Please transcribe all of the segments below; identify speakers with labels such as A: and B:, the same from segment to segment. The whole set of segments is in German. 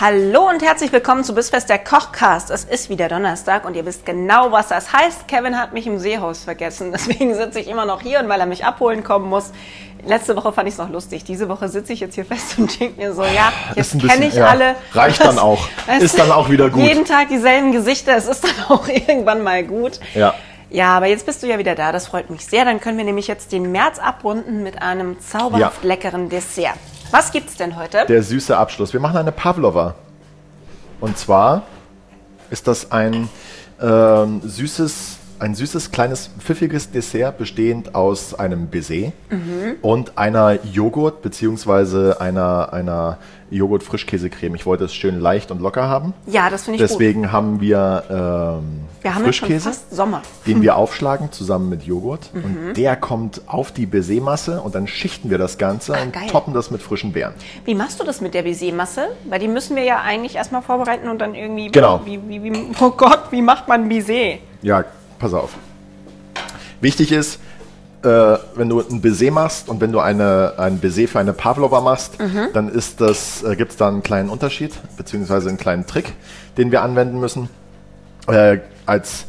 A: Hallo und herzlich willkommen zu Bissfest der Kochcast. Es ist wieder Donnerstag und ihr wisst genau, was das heißt. Kevin hat mich im Seehaus vergessen, deswegen sitze ich immer noch hier und weil er mich abholen kommen muss. Letzte Woche fand ich es noch lustig. Diese Woche sitze ich jetzt hier fest und denke mir so, ja, jetzt
B: Ist ein
A: kenne
B: bisschen-
A: ich
B: ja,
A: alle.
B: reicht dann auch. Ist
A: du,
B: dann auch wieder gut.
A: Jeden Tag dieselben Gesichter, es ist dann auch irgendwann mal gut.
B: Ja.
A: Ja, aber jetzt bist du ja wieder da, das freut mich sehr. Dann können wir nämlich jetzt den März abrunden mit einem zauberhaft
B: Ja.
A: leckeren Dessert. Was gibt's denn heute?
B: Der süße Abschluss. Wir machen eine Pavlova. Und zwar ist das ein ähm, süßes, ein süßes, kleines, pfiffiges Dessert, bestehend aus einem Baiser
A: Mhm.
B: und einer Joghurt- bzw. einer, einer Joghurt-Frischkäsecreme. Ich wollte es schön leicht und locker haben.
A: ja, das finde ich gut.
B: Deswegen haben wir, ähm,
A: Wir haben jetzt schon
B: Frischkäse.
A: fast Mhm. Sommer.
B: den wir aufschlagen zusammen mit Joghurt. Und der kommt auf die Baisermasse und dann schichten wir das Ganze und
A: geil.
B: toppen das mit frischen Beeren.
A: Wie machst du das mit der Baiser-Masse? Weil die müssen wir ja eigentlich erstmal vorbereiten und dann irgendwie.
B: Genau.
A: Wie, wie, wie, oh Gott, wie macht man Baiser?
B: Ja, pass auf. Wichtig ist, äh, wenn du ein Baiser machst und wenn du eine, ein Baiser für eine Pavlova machst, dann ist das, äh, gibt es da einen kleinen Unterschied, beziehungsweise einen kleinen Trick, den wir anwenden müssen. Äh, als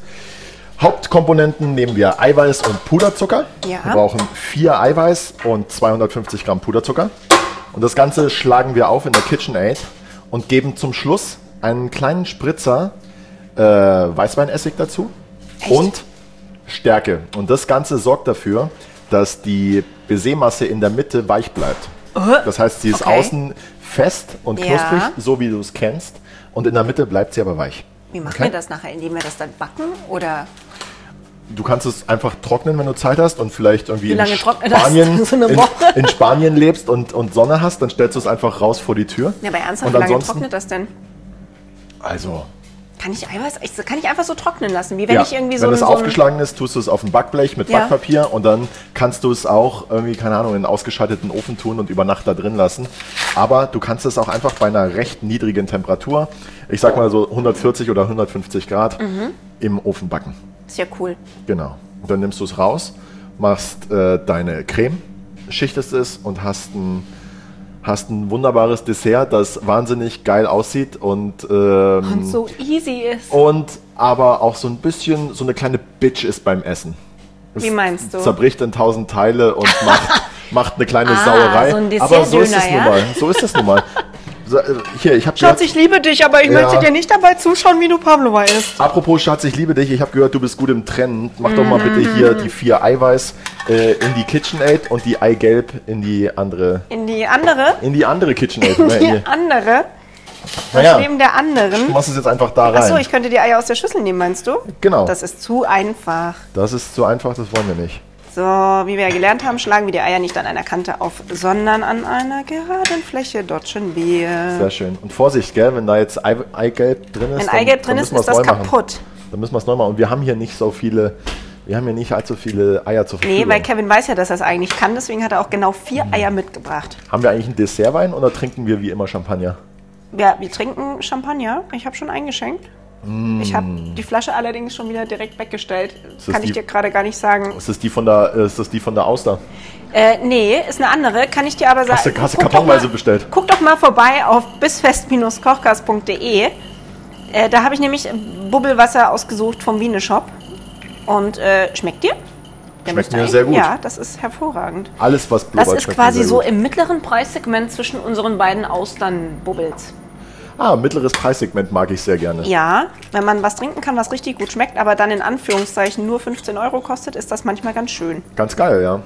B: Hauptkomponenten nehmen wir Eiweiß und Puderzucker.
A: Ja.
B: Wir brauchen vier Eiweiß und 250 Gramm Puderzucker. Und das Ganze schlagen wir auf in der KitchenAid und geben zum Schluss einen kleinen Spritzer äh, Weißweinessig dazu und Stärke. Und das Ganze sorgt dafür, dass die Baisermasse in der Mitte weich bleibt. Das heißt, sie ist
A: Äh, Okay.
B: außen fest und
A: Ja.
B: knusprig, so wie du es kennst. Und in der Mitte bleibt sie aber weich.
A: Wie machen
B: Okay?
A: wir das nachher? Indem wir das dann backen? Oder
B: Du kannst es einfach trocknen, wenn du Zeit hast und vielleicht irgendwie in
A: lange trocknet das?
B: Spanien,
A: So eine
B: in,
A: Woche?
B: in Spanien lebst und, und Sonne hast, dann stellst du es einfach raus vor die Tür.
A: ja, aber ernsthaft, wie
B: und
A: lange
B: ansonsten,
A: trocknet das denn?
B: Also,
A: Kann ich Eiweiß? Ich, kann ich einfach so trocknen lassen? Wie wenn ich irgendwie so
B: wenn es
A: einen- so einen-
B: aufgeschlagen ist, tust du es auf ein Backblech mit
A: Ja.
B: Backpapier und dann kannst du es auch irgendwie, keine Ahnung, in einen ausgeschalteten Ofen tun und über Nacht da drin lassen. Aber du kannst es auch einfach bei einer recht niedrigen Temperatur, ich sag mal so 140 oder 150 Grad,
A: Mhm.
B: im Ofen backen.
A: Ist ja cool.
B: Genau. Und dann nimmst du es raus, machst äh, deine Creme, schichtest es und hast ein, hast ein wunderbares Dessert, das wahnsinnig geil aussieht und, ähm,
A: Und so easy ist.
B: und aber auch so ein bisschen so eine kleine Bitch ist beim Essen. Es
A: Wie meinst du?
B: Zerbricht in tausend Teile und macht, macht eine kleine Sauerei.
A: Ah, so ein
B: aber so ist
A: Dessert-Döner,
B: es nun
A: ja?
B: mal. So ist es nun mal. So, äh, Hier, ich habe
A: Schatz, ich liebe dich, aber ich
B: Ja.
A: möchte dir nicht dabei zuschauen, wie du Pavlova isst.
B: Apropos Schatz, ich liebe dich. Ich habe gehört, du bist gut im Trennen. Mach doch mal
A: Mhm.
B: bitte hier die vier Eiweiß äh, in die KitchenAid und die Eigelb in die andere,
A: In die andere,
B: in die andere KitchenAid. Na,
A: die
B: hier.
A: andere,
B: naja,
A: neben der anderen.
B: du machst es jetzt einfach da rein.
A: Achso, ich könnte die Eier aus der Schüssel nehmen, meinst du?
B: Genau.
A: Das ist zu einfach.
B: das ist so einfach, das wollen wir nicht.
A: So, wie wir ja gelernt haben, schlagen wir die Eier nicht an einer Kante auf, sondern an einer geraden Fläche. Dort schon wir.
B: Sehr schön. Und Vorsicht, gell, wenn da jetzt Ei Eigelb drin ist,
A: Äh. Wenn
B: dann-
A: Eigelb
B: dann
A: drin ist,
B: müssen
A: ist
B: wir's
A: das
B: neu machen.
A: kaputt.
B: Dann müssen wir es neu machen. Und wir haben hier nicht so viele, wir haben hier nicht allzu viele Eier zur Verfügung.
A: Nee, weil Kevin weiß ja, dass er es eigentlich kann, deswegen hat er auch genau vier
B: Mhm.
A: Eier mitgebracht.
B: haben wir eigentlich einen Dessertwein oder trinken wir wie immer Champagner?
A: Ja, wir trinken Champagner. Ich habe schon eingeschenkt. Ich habe
B: Mhm.
A: die Flasche allerdings schon wieder direkt weggestellt.
B: das
A: Kann ich
B: die-
A: dir gerade gar nicht sagen.
B: Ist das die von der, äh, ist das die von der Auster?
A: Äh, nee, ist eine andere. Kann ich dir aber sagen.
B: Hast du- hast du
A: Guck doch
B: kartonweise
A: mal-
B: bestellt?
A: Guck doch mal vorbei auf bisfest-kochgas.de. Äh, da habe ich nämlich Bubbelwasser ausgesucht vom Wiener Shop. Und äh, schmeckt dir? Der
B: Schmeckt
A: müsste
B: mir
A: eigentlich-
B: sehr gut.
A: Ja, das ist hervorragend.
B: Alles, was blubbert,
A: Das ist
B: schmeckt
A: quasi
B: sehr
A: so
B: gut.
A: im mittleren Preissegment zwischen unseren beiden Austernbubbels.
B: Ah, mittleres Preissegment mag ich sehr gerne.
A: Ja, wenn man was trinken kann, was richtig gut schmeckt, aber dann in Anführungszeichen nur 15 Euro kostet, ist das manchmal ganz schön.
B: Ganz geil, ja.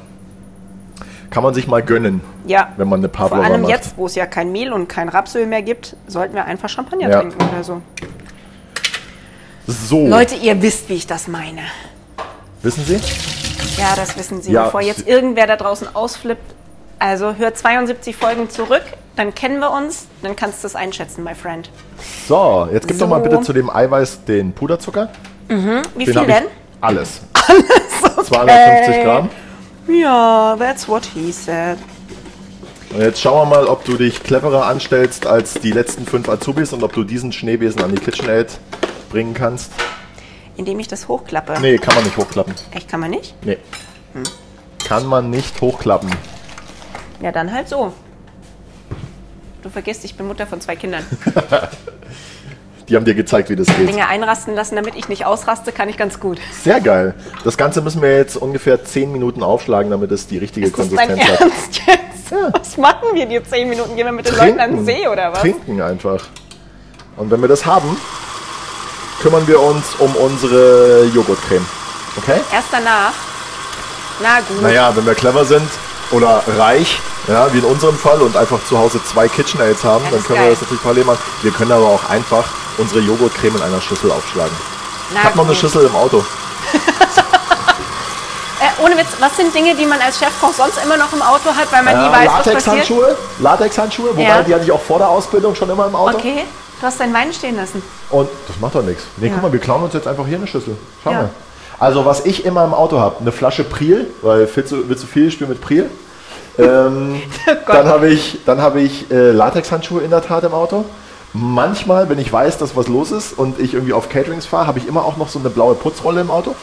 B: Kann man sich mal gönnen,
A: Ja.
B: wenn man eine
A: Vor
B: Pavlova
A: allem
B: macht.
A: jetzt, wo es ja kein Mehl und kein Rapsöl mehr gibt, sollten wir einfach Champagner
B: Ja.
A: trinken oder so.
B: So,
A: Leute, ihr wisst, wie ich das meine.
B: wissen Sie?
A: Ja, das wissen Sie.
B: Ja,
A: Bevor
B: ich-
A: jetzt irgendwer da draußen ausflippt, also hört 72 Folgen zurück. Dann kennen wir uns, dann kannst du es einschätzen, my friend.
B: So, jetzt gib doch mal
A: So.
B: bitte zu dem Eiweiß den Puderzucker.
A: Wie
B: Den
A: viel
B: hab
A: denn?
B: Ich alles. Alles, 250 Gramm.
A: Ja, that's what he said.
B: Und jetzt schauen wir mal, ob du dich cleverer anstellst als die letzten fünf Azubis und ob du diesen Schneebesen an die KitchenAid bringen kannst.
A: Indem ich das hochklappe.
B: Nee, kann man nicht hochklappen.
A: Echt, kann man nicht?
B: Nee.
A: Hm.
B: Kann man nicht hochklappen.
A: Ja, dann halt so. Du vergisst, ich bin Mutter von zwei Kindern.
B: Die haben dir gezeigt, wie das geht.
A: Dinge einrasten lassen, damit ich nicht ausraste, kann ich ganz gut.
B: Sehr geil. Das Ganze müssen wir jetzt ungefähr 10 Minuten aufschlagen, damit es die richtige
A: Ist das dein
B: Konsistenz hat.
A: Ernst jetzt? Was machen wir dir zehn Minuten? Gehen wir mit den Leuten an den See oder was?
B: Trinken einfach. Und wenn wir das haben, kümmern wir uns um unsere Joghurtcreme. Okay?
A: Erst danach. Na gut.
B: Naja, wenn wir clever sind oder reich, ja, wie in unserem Fall und einfach zu Hause zwei KitchenAids haben,
A: Ja, das
B: dann
A: ist
B: können
A: geil.
B: wir das natürlich parallel machen. Wir können aber auch einfach unsere Joghurtcreme in einer Schüssel aufschlagen.
A: na
B: Ich hab noch eine
A: gut.
B: Schüssel im Auto.
A: Äh, ohne Witz, was sind Dinge, die man als Chefkoch sonst immer noch im Auto hat, weil man nie
B: Äh,
A: weiß, was passiert?
B: Latexhandschuhe, Latexhandschuhe, wobei
A: Ja.
B: die hatte ich auch vor der Ausbildung schon immer im Auto.
A: Okay, du hast deinen Wein stehen lassen.
B: Und das macht doch nichts. Nee,
A: Ja.
B: guck mal, wir klauen uns jetzt einfach hier eine Schüssel. Schau
A: Ja.
B: mal. Also, was ich immer im Auto habe, eine Flasche Priel, weil willst du, willst du viel spielen mit Priel? Ähm,
A: Oh Gott.
B: dann habe ich, dann habe ich äh, Latexhandschuhe in der Tat im Auto. Manchmal, wenn ich weiß, dass was los ist und ich irgendwie auf Caterings fahre, habe ich immer auch noch so eine blaue Putzrolle im Auto.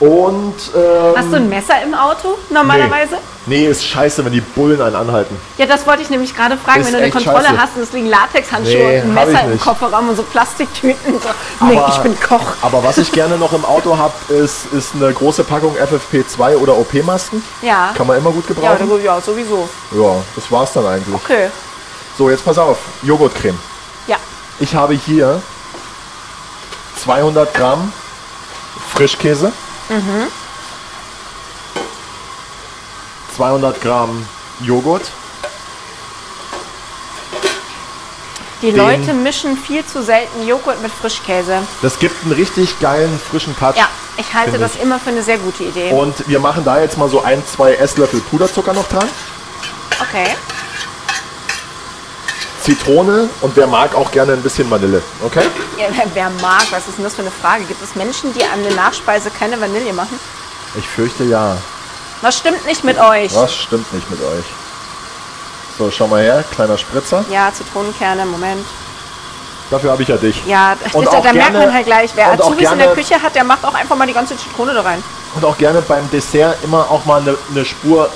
B: und ähm,
A: Hast du ein Messer im Auto normalerweise?
B: Nee. nee, ist scheiße, wenn die Bullen einen anhalten.
A: Ja, das wollte ich nämlich gerade fragen,
B: Ist
A: wenn du eine
B: echt
A: Kontrolle
B: scheiße.
A: hast und es liegen Latexhandschuhe
B: Nee,
A: und ein
B: hab ich
A: Messer im
B: nicht.
A: Kofferraum und so Plastiktüten. So. Nee,
B: Aber-
A: ich bin Koch.
B: Aber was ich gerne noch im Auto habe, ist, ist eine große Packung FFP2 oder OP-Masken.
A: Ja.
B: Kann man immer gut
A: Ja,
B: gebrauchen.
A: du, ja, sowieso.
B: Ja, das war's dann eigentlich.
A: Okay.
B: So, jetzt pass auf. Joghurtcreme.
A: Ja.
B: Ich habe hier 200 Gramm Frischkäse.
A: Mhm.
B: 200 Gramm Joghurt.
A: Die
B: Den-
A: Leute mischen viel zu selten Joghurt mit Frischkäse.
B: Das gibt einen richtig geilen, frischen Touch.
A: Ja, ich halte
B: Finde Oh.
A: das immer für eine sehr gute Idee.
B: Und wir machen da jetzt mal so ein, zwei Esslöffel Puderzucker noch dran.
A: Okay.
B: Zitrone und wer mag auch gerne ein bisschen Vanille. Okay?
A: Ja, wer, wer mag, was ist denn das für eine Frage? Gibt es Menschen, die an der Nachspeise keine Vanille machen?
B: Ich fürchte ja.
A: Was stimmt nicht mit euch?
B: Was stimmt nicht mit euch? So, schau mal her, kleiner Spritzer.
A: Ja, Zitronenkerne, Moment.
B: Dafür habe ich ja dich.
A: Ja,
B: Und
A: da,
B: auch
A: da merkt
B: gerne-
A: man halt gleich, wer
B: und auch
A: Azubis in der
B: gerne-
A: Küche hat, der macht auch einfach mal die ganze Zitrone da rein.
B: Und auch gerne beim Dessert immer auch mal eine, eine Spur.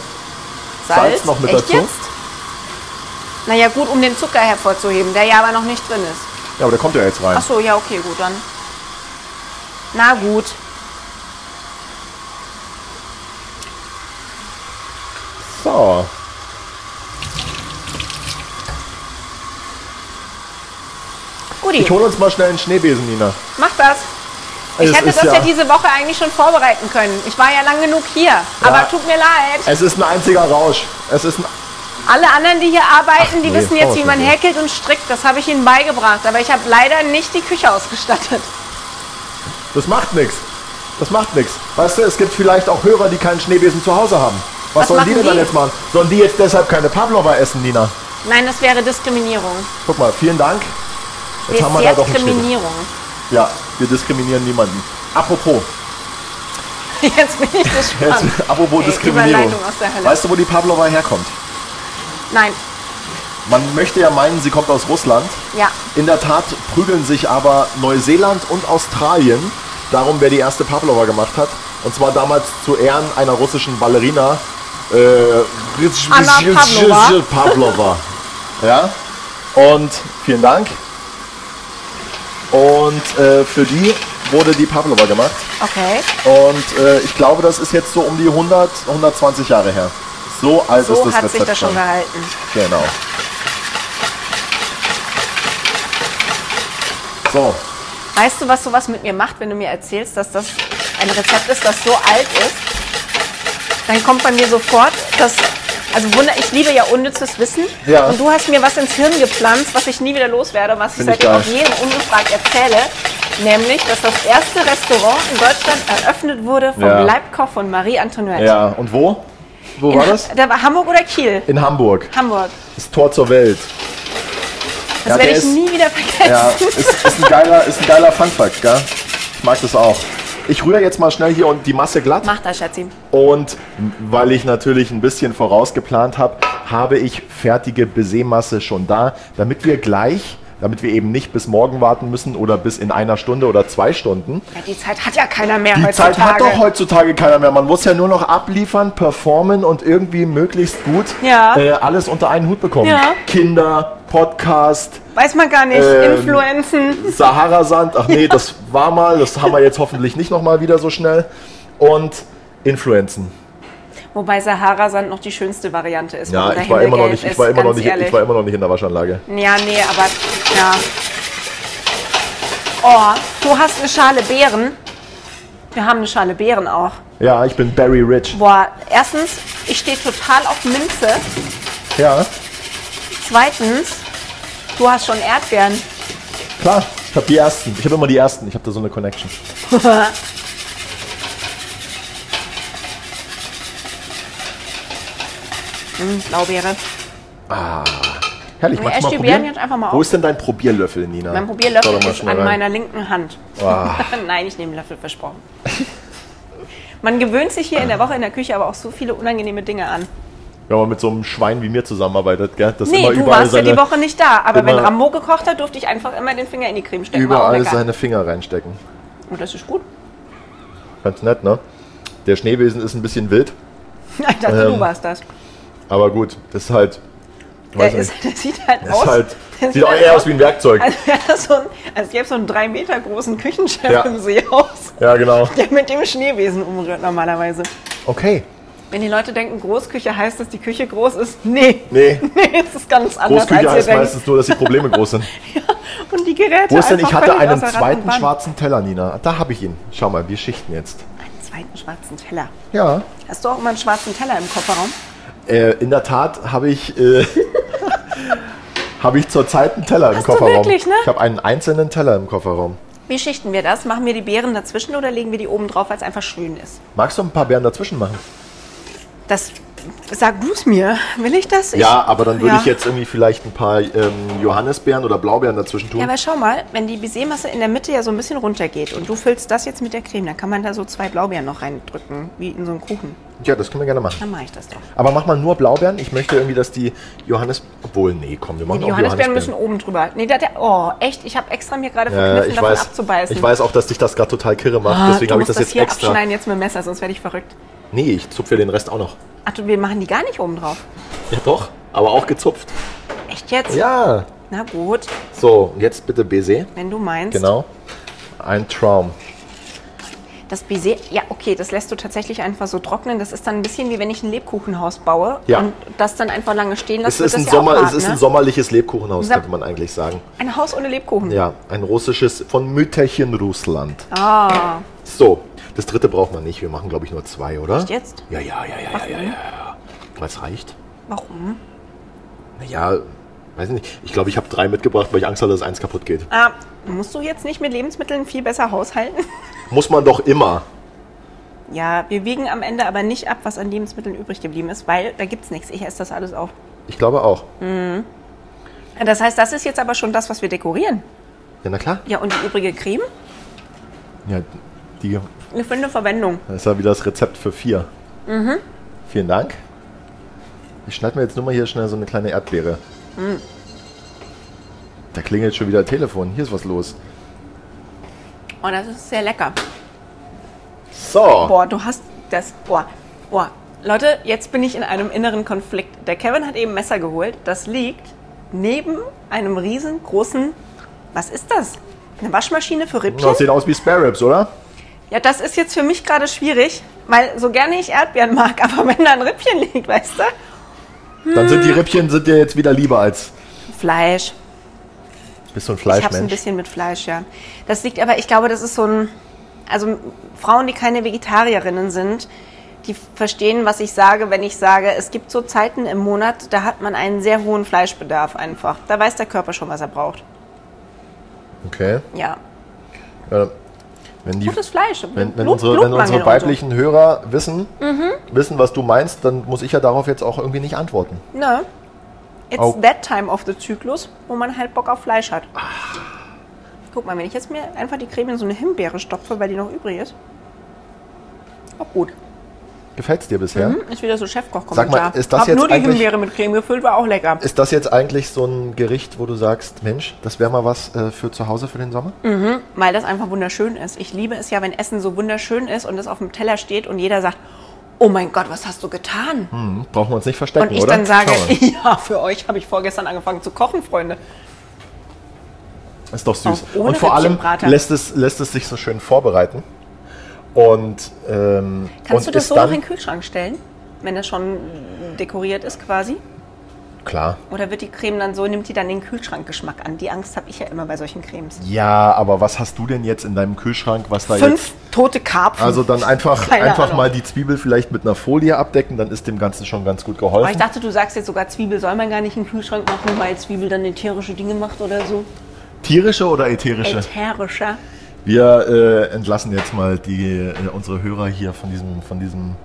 B: Salz noch mit
A: Echt
B: dazu?
A: Jetzt? Naja, gut, um den Zucker hervorzuheben, der ja aber noch nicht drin ist.
B: Ja, aber der kommt ja jetzt rein.
A: Ach so, ja, okay, gut, dann. Na gut.
B: So.
A: Guti,
B: Ich hole uns mal schnell einen Schneebesen, Nina.
A: mach das. Ich
B: Es
A: hätte
B: ist
A: das ja. diese Woche eigentlich schon vorbereiten können. Ich war ja lang genug hier. Aber tut mir leid.
B: Es ist ein einziger Rausch. Es ist ein.
A: Alle anderen, die hier arbeiten,
B: Ach,
A: die
B: nee,
A: wissen jetzt,
B: brauchst
A: wie
B: du
A: man
B: nicht.
A: häkelt und strickt. Das habe ich ihnen beigebracht. Aber ich habe leider nicht die Küche ausgestattet.
B: Das macht nichts. Das macht nichts. Weißt du, es gibt vielleicht auch Hörer, die keinen Schneebesen zu Hause haben. Was,
A: Was
B: sollen die
A: machen
B: denn dann
A: die?
B: jetzt machen? Sollen die jetzt deshalb keine Pavlova essen, Nina?
A: Nein, das wäre Diskriminierung.
B: Guck mal, vielen Dank. Jetzt haben wir da doch einen Schneebesen.
A: Diskriminierung.
B: Ja, wir diskriminieren niemanden. Apropos,
A: Jetzt bin ich
B: Jetzt,
A: gespannt.
B: apropos
A: Ah. Ey,
B: Diskriminierung.
A: Überleitung aus der Hölle.
B: Weißt du, wo die Pavlova herkommt?
A: Nein,
B: Man möchte ja meinen, sie kommt aus Russland.
A: ja.
B: In der Tat prügeln sich aber Neuseeland und Australien darum, wer die erste Pavlova gemacht hat. Und zwar damals zu Ehren einer russischen Ballerina. Äh,
A: Anna Pavlova.
B: Pavlova. Ja? Und vielen Dank. Und äh, für die wurde die Pavlova gemacht.
A: Okay.
B: Und äh, ich glaube, das ist jetzt so um die 100, 120 Jahre her. So alt ist
A: So
B: das
A: hat
B: Rezept
A: sich das schon
B: schon.
A: gehalten.
B: Genau. So,
A: Weißt du, was sowas mit mir macht, wenn du mir erzählst, dass das ein Rezept ist, das so alt ist? Dann kommt bei mir sofort das. Also Wunder, ich liebe ja unnützes Wissen.
B: Ja.
A: Und du hast mir was ins Hirn gepflanzt, was ich nie wieder loswerde, was ich
B: Find ich
A: seitdem
B: geil.
A: auch jedem ungefragt erzähle. Nämlich, dass das erste Restaurant in Deutschland eröffnet wurde vom
B: Ja.
A: Leibkoch von Marie Antoinette.
B: ja, und wo? Wo
A: In
B: war
A: Ha-
B: das?
A: Da war Hamburg oder Kiel?
B: In Hamburg.
A: Hamburg.
B: Das Tor zur Welt.
A: Das
B: Ja,
A: werde
B: der
A: ich
B: ist-
A: nie wieder vergessen.
B: Ja, ist, ist ein geiler, ist ein geiler Funfact, gell? Ich mag das auch. Ich rühre jetzt mal schnell hier und die Masse glatt.
A: Mach das, Schatzi.
B: Und weil ich natürlich ein bisschen vorausgeplant habe, habe ich fertige Besämasse schon da, damit wir gleich, damit wir eben nicht bis morgen warten müssen oder bis in einer Stunde oder zwei Stunden.
A: Ja, die Zeit hat ja keiner mehr
B: Die
A: heutzutage.
B: Zeit hat doch heutzutage keiner mehr. Man muss ja nur noch abliefern, performen und irgendwie möglichst gut
A: Ja.
B: äh, alles unter einen Hut bekommen.
A: Ja.
B: Kinder, Podcast,
A: Weiß man gar nicht.
B: Ähm,
A: Influenzen.
B: Sahara-Sand, ach nee, das war mal, das haben wir jetzt hoffentlich nicht nochmal wieder so schnell. Und Influenzen.
A: Wobei Sahara-Sand noch die schönste Variante ist.
B: Ja,
A: wenn man
B: ich war,
A: dahinter
B: immer noch
A: gelb
B: nicht, ich,
A: ist,
B: war immer noch
A: ganz
B: nicht,
A: ehrlich.
B: ich war immer noch nicht in der Waschanlage.
A: Ja, nee, aber ja. Oh, du hast eine Schale Beeren. Wir haben eine Schale Beeren auch.
B: Ja, ich bin Barry Rich.
A: Boah, erstens, ich stehe total auf Minze.
B: Ja,
A: Zweitens, du hast schon Erdbeeren.
B: klar. Ich habe die ersten. Ich habe immer die ersten. Ich habe da so eine Connection.
A: Hm, Blaubeere.
B: Herrlich, magst du
A: erst
B: mal
A: die Beeren
B: probieren?
A: jetzt einfach mal
B: Wo
A: auf.
B: ist denn dein Probierlöffel, Nina?
A: Mein Probierlöffel
B: Schau doch mal
A: ist
B: schnell
A: an
B: rein. Ah.
A: meiner linken Hand. Nein, ich nehme Löffel, versprochen. Man gewöhnt sich hier in der Woche in der Küche aber auch so viele unangenehme Dinge an.
B: Wenn man mit so einem Schwein wie mir zusammenarbeitet, gell? Das
A: Nee,
B: immer
A: du
B: überall
A: warst ja
B: seine,
A: die Woche nicht da. Aber wenn
B: immer-
A: Rambo gekocht hat, durfte ich einfach immer den Finger in die Creme stecken. War auch
B: überall
A: lecker.
B: seine Finger reinstecken.
A: Und das ist gut.
B: Ganz nett, ne? Der Schneebesen ist ein bisschen wild,
A: Ich dachte, du
B: Ähm,
A: warst das.
B: aber gut, das ist halt. Ich
A: Der,
B: weiß
A: ist,
B: nicht.
A: der sieht halt
B: Das
A: aus. Also-
B: ist halt.
A: der
B: Sieht auch eher aus wie ein Werkzeug.
A: Als, wäre das so ein, als gäbe es so einen drei Meter großen Küchenchef
B: Ja.
A: im Seehaus,
B: Ja, genau.
A: der mit dem Schneewesen umrührt normalerweise.
B: Okay.
A: Wenn die Leute denken, Großküche heißt, dass die Küche groß ist, nee.
B: Nee.
A: Nee, es ist ganz anders,
B: Großküche
A: als
B: heißt
A: ihr denkt.
B: meistens nur, dass die Probleme groß sind.
A: Und die Geräte
B: Wo ist denn?
A: einfach
B: Ich hatte
A: völlig
B: einen
A: außer Rand und
B: zweiten
A: Band.
B: schwarzen Teller, Nina. Da habe ich ihn. Schau mal, wir schichten jetzt.
A: Einen zweiten schwarzen Teller.
B: Ja.
A: Hast du auch immer einen schwarzen Teller im Kofferraum?
B: Äh, in der Tat habe ich, äh, habe ich zurzeit einen Teller im
A: Hast du
B: Kofferraum.
A: wirklich, ne?
B: Ich habe einen einzelnen Teller im Kofferraum.
A: Wie schichten wir das? Machen wir die Beeren dazwischen oder legen wir die oben drauf, weil es einfach schön ist?
B: Magst du ein paar Beeren dazwischen machen?
A: Das sag du es mir. Will ich das? Ich-
B: Ja, aber dann würde
A: Ja.
B: ich jetzt irgendwie vielleicht ein paar ähm, Johannisbeeren oder Blaubeeren dazwischen tun.
A: Ja, aber schau mal, wenn die Bisémasse in der Mitte ja so ein bisschen runtergeht und du füllst das jetzt mit der Creme, dann kann man da so zwei Blaubeeren noch reindrücken, wie in so einen Kuchen.
B: ja, das können wir gerne machen.
A: Dann mache ich das doch.
B: Aber mach mal nur Blaubeeren. Ich möchte irgendwie, dass die Johannis... Obwohl, nee, komm, wir machen
A: Die
B: auch
A: Johannisbeeren
B: Johannisbeeren.
A: müssen oben drüber. Nee, da, der, oh, echt? Ich habe extra mir gerade
B: Ja,
A: verkniffen,
B: ich,
A: davon
B: weiß,
A: abzubeißen.
B: ich weiß auch, dass dich das gerade total kirre macht.
A: Ah,
B: Deswegen
A: du
B: habe ich
A: musst
B: das jetzt
A: hier
B: extra...
A: abschneiden jetzt mit dem Messer, sonst werde ich verrückt.
B: Nee, ich zupfe den Rest auch noch.
A: Ach, du, wir machen die gar nicht oben drauf.
B: Ja, doch. Aber auch gezupft.
A: Echt jetzt?
B: Ja.
A: Na gut,
B: So, und jetzt bitte Baiser.
A: wenn du meinst.
B: Genau. Ein Traum.
A: Das Baiser, ja, okay, das lässt du tatsächlich einfach so trocknen. Das ist dann ein bisschen wie wenn ich ein Lebkuchenhaus baue
B: Ja.
A: und das dann einfach lange stehen
B: Es
A: lasse.
B: ist,
A: wird
B: ein
A: das ja auch
B: Sommer,
A: hart,
B: es ist
A: ne?
B: ein sommerliches Lebkuchenhaus,
A: Sa-
B: könnte man eigentlich sagen.
A: Ein Haus ohne Lebkuchen.
B: Ja, ein russisches von Mütterchen Russland.
A: Ah,
B: So, das dritte braucht man nicht. Wir machen, glaube ich, nur zwei, oder?
A: Echt jetzt?
B: Ja, ja, ja, ja, ja, ja, ja. Was reicht?
A: warum?
B: Naja, weiß nicht. Ich glaube, ich habe drei mitgebracht, weil ich Angst hatte, dass eins kaputt geht.
A: Ah, musst du jetzt nicht mit Lebensmitteln viel besser haushalten?
B: Muss man doch immer.
A: ja, wir wiegen am Ende aber nicht ab, was an Lebensmitteln übrig geblieben ist, weil da gibt's nichts. Ich esse das alles auf.
B: Ich glaube auch.
A: Hm. Das heißt, das ist jetzt aber schon das, was wir dekorieren.
B: Ja, na klar.
A: Ja, und die übrige Creme?
B: Ja, die,
A: Eine schöne Verwendung.
B: das ist ja wieder das Rezept für vier.
A: Mhm.
B: Vielen Dank. Ich schneide mir jetzt nur mal hier schnell so eine kleine Erdbeere.
A: Mhm.
B: Da klingelt schon wieder Telefon. Hier ist was los.
A: Oh, das ist sehr lecker.
B: So.
A: Boah, du hast das. Boah, boah. Leute, jetzt bin ich in einem inneren Konflikt. Der Kevin hat eben Messer geholt. Das liegt neben einem riesengroßen. Was ist das? Eine Waschmaschine für Rippchen?
B: Das sieht aus wie Spare Ribs, oder?
A: Ja, das ist jetzt für mich gerade schwierig, weil so gerne ich Erdbeeren mag, aber wenn da ein Rippchen liegt, weißt du? Hm.
B: Dann sind die Rippchen sind dir jetzt wieder lieber als.
A: Fleisch.
B: Bist du ein
A: Ich hab's ein
B: Fleischmensch?
A: bisschen mit Fleisch, ja. Das liegt aber, ich glaube, das ist so ein. Also Frauen, die keine Vegetarierinnen sind, die verstehen, was ich sage, wenn ich sage, es gibt so Zeiten im Monat, da hat man einen sehr hohen Fleischbedarf einfach. Da weiß der Körper schon, was er braucht.
B: Okay.
A: Ja.
B: Ja, Wenn die,
A: Gutes Fleisch.
B: Wenn, wenn,
A: Blut-
B: unsere, wenn
A: Blutmangel
B: unsere
A: und so. Mhm.
B: weiblichen Hörer wissen, wissen, was du meinst, dann muss ich ja darauf jetzt auch irgendwie nicht antworten.
A: Na, Ne? it's
B: Au.
A: that time of the Zyklus, wo man halt Bock auf Fleisch hat. Guck mal, wenn ich jetzt mir einfach die Creme in so eine Himbeere stopfe, weil die noch übrig ist. Auch gut.
B: Gefällt's dir bisher?
A: Hm, Ist wieder so Chefkoch-Kommentar.
B: Sag mal, ist das
A: Hab
B: jetzt
A: nur die
B: eigentlich-
A: Himbeere mit Creme gefüllt, war auch lecker.
B: Ist das jetzt eigentlich so ein Gericht, wo du sagst, Mensch, das wäre mal was äh, für zu Hause für den Sommer?
A: Mhm. Weil das einfach wunderschön ist. Ich liebe es ja, wenn Essen so wunderschön ist und es auf dem Teller steht und jeder sagt, oh mein Gott, was hast du getan?
B: Hm, brauchen wir uns nicht verstecken,
A: und ich
B: oder?
A: dann sage,
B: Schau mal.
A: ja, für euch habe ich vorgestern angefangen zu kochen, Freunde.
B: Ist doch süß.
A: Auch ohne
B: Und vor allem
A: Rippchenbrater.
B: lässt es, lässt es sich so schön vorbereiten. Und, ähm,
A: Kannst
B: und
A: du das
B: ist
A: so noch
B: dann,
A: in den Kühlschrank stellen, wenn das schon dekoriert ist quasi?
B: Klar.
A: Oder wird die Creme dann so, nimmt die dann den Kühlschrankgeschmack an? Die Angst habe ich ja immer bei solchen Cremes.
B: Ja, aber was hast du denn jetzt in deinem Kühlschrank, was da jetzt...
A: Fünf tote Karpfen.
B: Also dann einfach,
A: Keine
B: einfach
A: Ahnung.
B: mal die Zwiebel vielleicht mit einer Folie abdecken, dann ist dem Ganzen schon ganz gut
A: Aber ich
B: geholfen.
A: dachte, du sagst jetzt sogar, Zwiebel soll man gar nicht in den Kühlschrank machen, weil Zwiebel dann tierische Dinge macht oder so.
B: Tierische oder ätherische?
A: Ätherischer.
B: Wir äh, entlassen jetzt mal die, äh, unsere Hörer hier von diesem, von diesem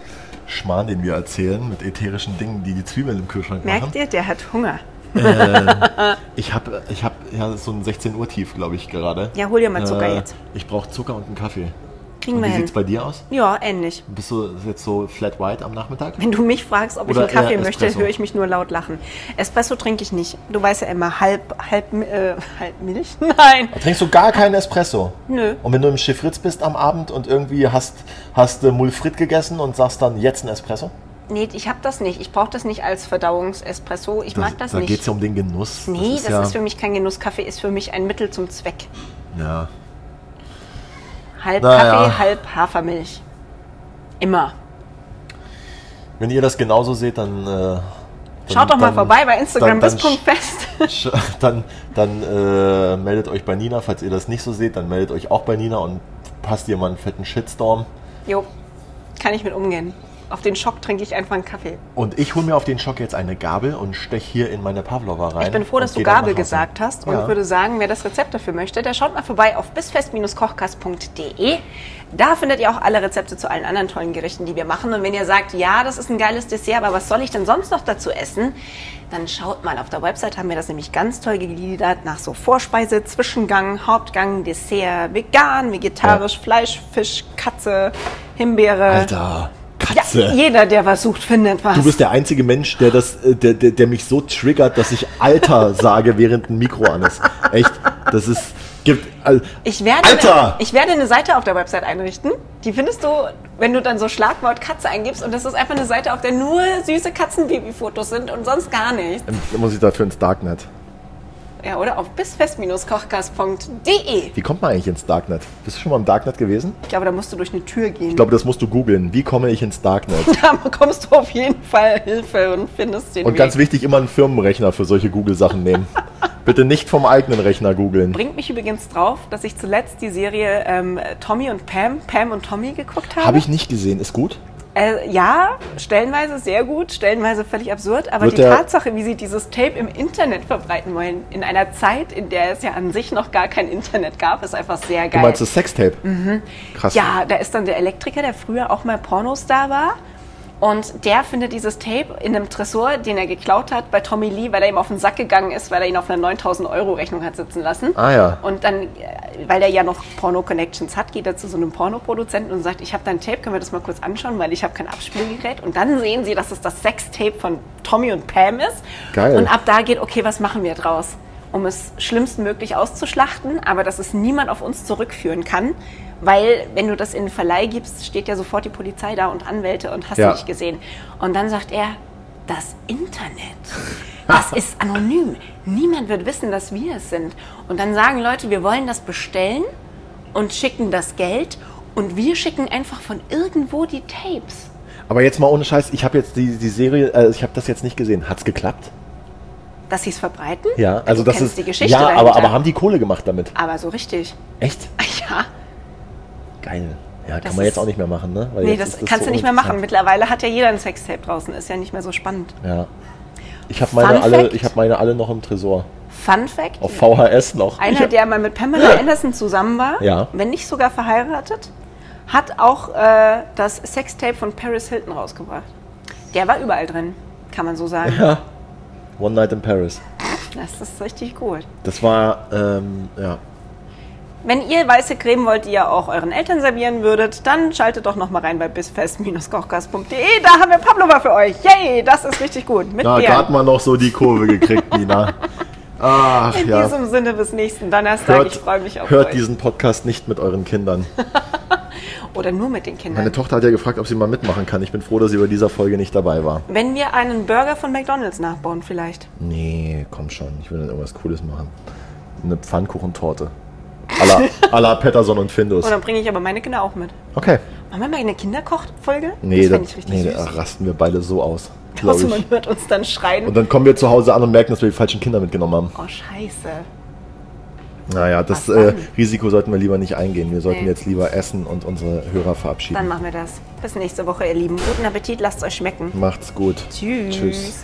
B: Schmarrn, den wir erzählen, mit ätherischen Dingen, die die Zwiebeln im Kühlschrank
A: Merkt
B: machen.
A: ihr, der hat Hunger.
B: Ich habe ich hab, ja, so ein 16 Uhr Tief, glaube ich, gerade.
A: Ja, hol dir mal Zucker
B: äh,
A: jetzt.
B: Ich brauche Zucker und einen Kaffee.
A: Kriegen
B: Und
A: wir
B: wie
A: hin.
B: sieht's bei dir aus?
A: Ja, ähnlich.
B: Bist du jetzt so flat white am Nachmittag?
A: Wenn du mich fragst, ob
B: Oder
A: ich einen Kaffee
B: eher
A: möchte,
B: Espresso.
A: höre ich mich nur laut lachen. Espresso trinke ich nicht. Du weißt ja immer, halb, halb, äh, halb Milch? Nein.
B: Trinkst du gar keinen Espresso?
A: Nö.
B: Und wenn du im Schiffritz bist am Abend und irgendwie hast, hast du Mulfrit gegessen und sagst dann jetzt ein Espresso?
A: Nee, ich habe das nicht. Ich brauche das nicht als Verdauungsespresso. Ich mag das
B: da
A: nicht.
B: geht es ja um den Genuss.
A: nee, das, ist,
B: ja,
A: für mich kein Genuss. Kaffee ist für mich ein Mittel zum Zweck.
B: Ja.
A: Halb
B: Naja.
A: Kaffee, halb Hafermilch. Immer.
B: Wenn ihr das genauso seht, dann. Äh, dann
A: Schaut doch mal
B: dann-
A: vorbei bei Instagram,
B: dann- dann
A: bis Punkt fest.
B: sch- sch- Dann, dann äh, meldet euch bei Nina, falls ihr das nicht so seht, dann meldet euch auch bei Nina und passt ihr mal einen fetten Shitstorm.
A: jo, kann ich mit umgehen. Auf den Schock trinke ich einfach einen Kaffee.
B: Und ich hole mir auf den Schock jetzt eine Gabel und stech hier in meine Pavlova rein.
A: Ich bin froh,
B: und
A: dass du
B: geh dann
A: Gabel
B: nach Hause.
A: gesagt hast und
B: Ja.
A: würde sagen, wer das Rezept dafür möchte, der schaut mal vorbei auf bisfest-kochkast.de. Da findet ihr auch alle Rezepte zu allen anderen tollen Gerichten, die wir machen. Und wenn ihr sagt, ja, das ist ein geiles Dessert, aber was soll ich denn sonst noch dazu essen? Dann schaut mal, auf der Website haben wir das nämlich ganz toll gegliedert nach so Vorspeise, Zwischengang, Hauptgang, Dessert, vegan, vegetarisch, Fleisch, Fisch, Katze, Himbeere.
B: Alter,
A: Ja,
B: Katze.
A: jeder, der was sucht, findet was.
B: Du bist der einzige Mensch, der, das, äh, der, der, der mich so triggert, dass ich Alter sage, während ein Mikro an ist. Echt, das ist. Gibt, al-
A: Ich werde,
B: Alter!
A: ich werde eine Seite auf der Website einrichten. Die findest du, wenn du dann so Schlagwort Katze eingibst. Und das ist einfach eine Seite, auf der nur süße Katzenbabyfotos sind und sonst gar nichts.
B: Ähm, muss ich dafür ins Darknet?
A: Ja, oder auf bisfest-kochkast.de.
B: Wie kommt man eigentlich ins Darknet? Bist du schon mal im Darknet gewesen?
A: Ich glaube, da musst du durch eine Tür gehen.
B: Ich glaube, das musst du googeln. Wie komme ich ins Darknet?
A: da bekommst du auf jeden Fall Hilfe und findest den
B: Und
A: Weg.
B: ganz wichtig, immer einen Firmenrechner für solche Google-Sachen nehmen. Bitte nicht vom eigenen Rechner googeln.
A: Bringt mich übrigens drauf, dass ich zuletzt die Serie ähm, Tommy und Pam, Pam und Tommy geguckt habe.
B: Habe ich nicht gesehen. Ist gut?
A: Äh, ja, stellenweise sehr gut, stellenweise völlig absurd, aber
B: Wird
A: die
B: der-
A: Tatsache, wie sie dieses Tape im Internet verbreiten wollen, in einer Zeit, in der es ja an sich noch gar kein Internet gab, ist einfach sehr geil. Mhm.
B: Du meinst das Sextape? Krass.
A: Ja, da ist dann der Elektriker, der früher auch mal Pornostar war. Und der findet dieses Tape in einem Tresor, den er geklaut hat bei Tommy Lee, weil er ihm auf den Sack gegangen ist, weil er ihn auf einer 9000-Euro-Rechnung hat sitzen lassen.
B: Ah ja.
A: Und dann, äh, weil er ja noch Porno-Connections hat, geht er zu so einem Pornoproduzenten und sagt, ich habe dein Tape, können wir das mal kurz anschauen, weil ich habe kein Abspielgerät. Und dann sehen sie, dass es das Sextape von Tommy und Pam ist.
B: Geil.
A: Und ab da geht, okay, was machen wir draus? Um es schlimmstmöglich auszuschlachten, aber dass es niemand auf uns zurückführen kann. Weil, wenn du das in den Verleih gibst, steht ja sofort die Polizei da und Anwälte und hast
B: Ja.
A: nicht gesehen. Und dann sagt er, das Internet, das ist anonym. Niemand wird wissen, dass wir es sind. Und dann sagen Leute, wir wollen das bestellen und schicken das Geld und wir schicken einfach von irgendwo die Tapes.
B: Aber jetzt mal ohne Scheiß. Ich habe jetzt die, die Serie, äh, ich habe das jetzt nicht gesehen. Hat's geklappt?
A: Dass sie es verbreiten?
B: Ja, also
A: du
B: das
A: kennst
B: ist.
A: die Geschichte
B: ja, aber,
A: dahinter.
B: aber haben die Kohle gemacht damit?
A: Aber so richtig.
B: Echt?
A: Ja.
B: Geil. Ja, kann
A: Das
B: man jetzt
A: ist-
B: auch nicht mehr machen, ne? Weil
A: Nee,
B: jetzt
A: das,
B: ist
A: kannst
B: so
A: du nicht mehr machen.
B: uninteressant.
A: Mittlerweile hat ja jeder ein Sextape draußen. Ist ja nicht mehr so spannend.
B: Ja. Ich habe meine,
A: Fun
B: alle-
A: Fact.
B: ich hab meine alle noch im Tresor.
A: Fun Fact:
B: Auf VHS noch.
A: Einer, der mal mit Pamela Anderson zusammen war,
B: Ja.
A: wenn nicht sogar verheiratet, hat auch äh, das Sextape von Paris Hilton rausgebracht. Der war überall drin, kann man so sagen.
B: ja. One Night in Paris.
A: Das ist richtig gut.
B: Das war, ähm, ja.
A: Wenn ihr weiße Creme wollt, die ihr auch euren Eltern servieren würdet, dann schaltet doch nochmal rein bei bisfest-kochgas.de. Da haben wir Pavlova für euch. Yay, das ist richtig gut. Mit
B: Na, gerade
A: Bären.
B: mal noch so die Kurve gekriegt, Nina. Ach
A: In
B: ja.
A: diesem Sinne bis nächsten Donnerstag. ich freue mich auf
B: hört
A: euch.
B: diesen Podcast nicht mit euren Kindern.
A: Oder nur mit den Kindern.
B: Meine Tochter hat ja gefragt, ob sie mal mitmachen kann. Ich bin froh, dass sie bei dieser Folge nicht dabei war.
A: Wenn wir einen Burger von McDonald's nachbauen vielleicht.
B: Nee, komm schon. Ich will dann irgendwas Cooles machen. Eine Pfannkuchentorte. A la, à la Patterson und Findus.
A: Und dann bringe ich aber meine Kinder auch mit.
B: Okay.
A: Machen wir mal eine Kinderkochfolge?
B: Nee,
A: das
B: da,
A: fände ich richtig
B: nee da
A: süß.
B: rasten wir beide so aus. Glaub
A: Außer
B: ich.
A: man hört uns dann schreien.
B: Und dann kommen wir zu Hause an und merken, dass wir die falschen Kinder mitgenommen haben.
A: oh, scheiße.
B: Naja, das
A: Was
B: äh,
A: dann?
B: Risiko sollten wir lieber nicht eingehen. Wir sollten
A: Nee.
B: jetzt lieber essen und unsere Hörer verabschieden.
A: Dann machen wir das. Bis nächste Woche, ihr Lieben. Guten Appetit, lasst euch schmecken.
B: Macht's gut.
A: Tschüss.
B: Tschüss.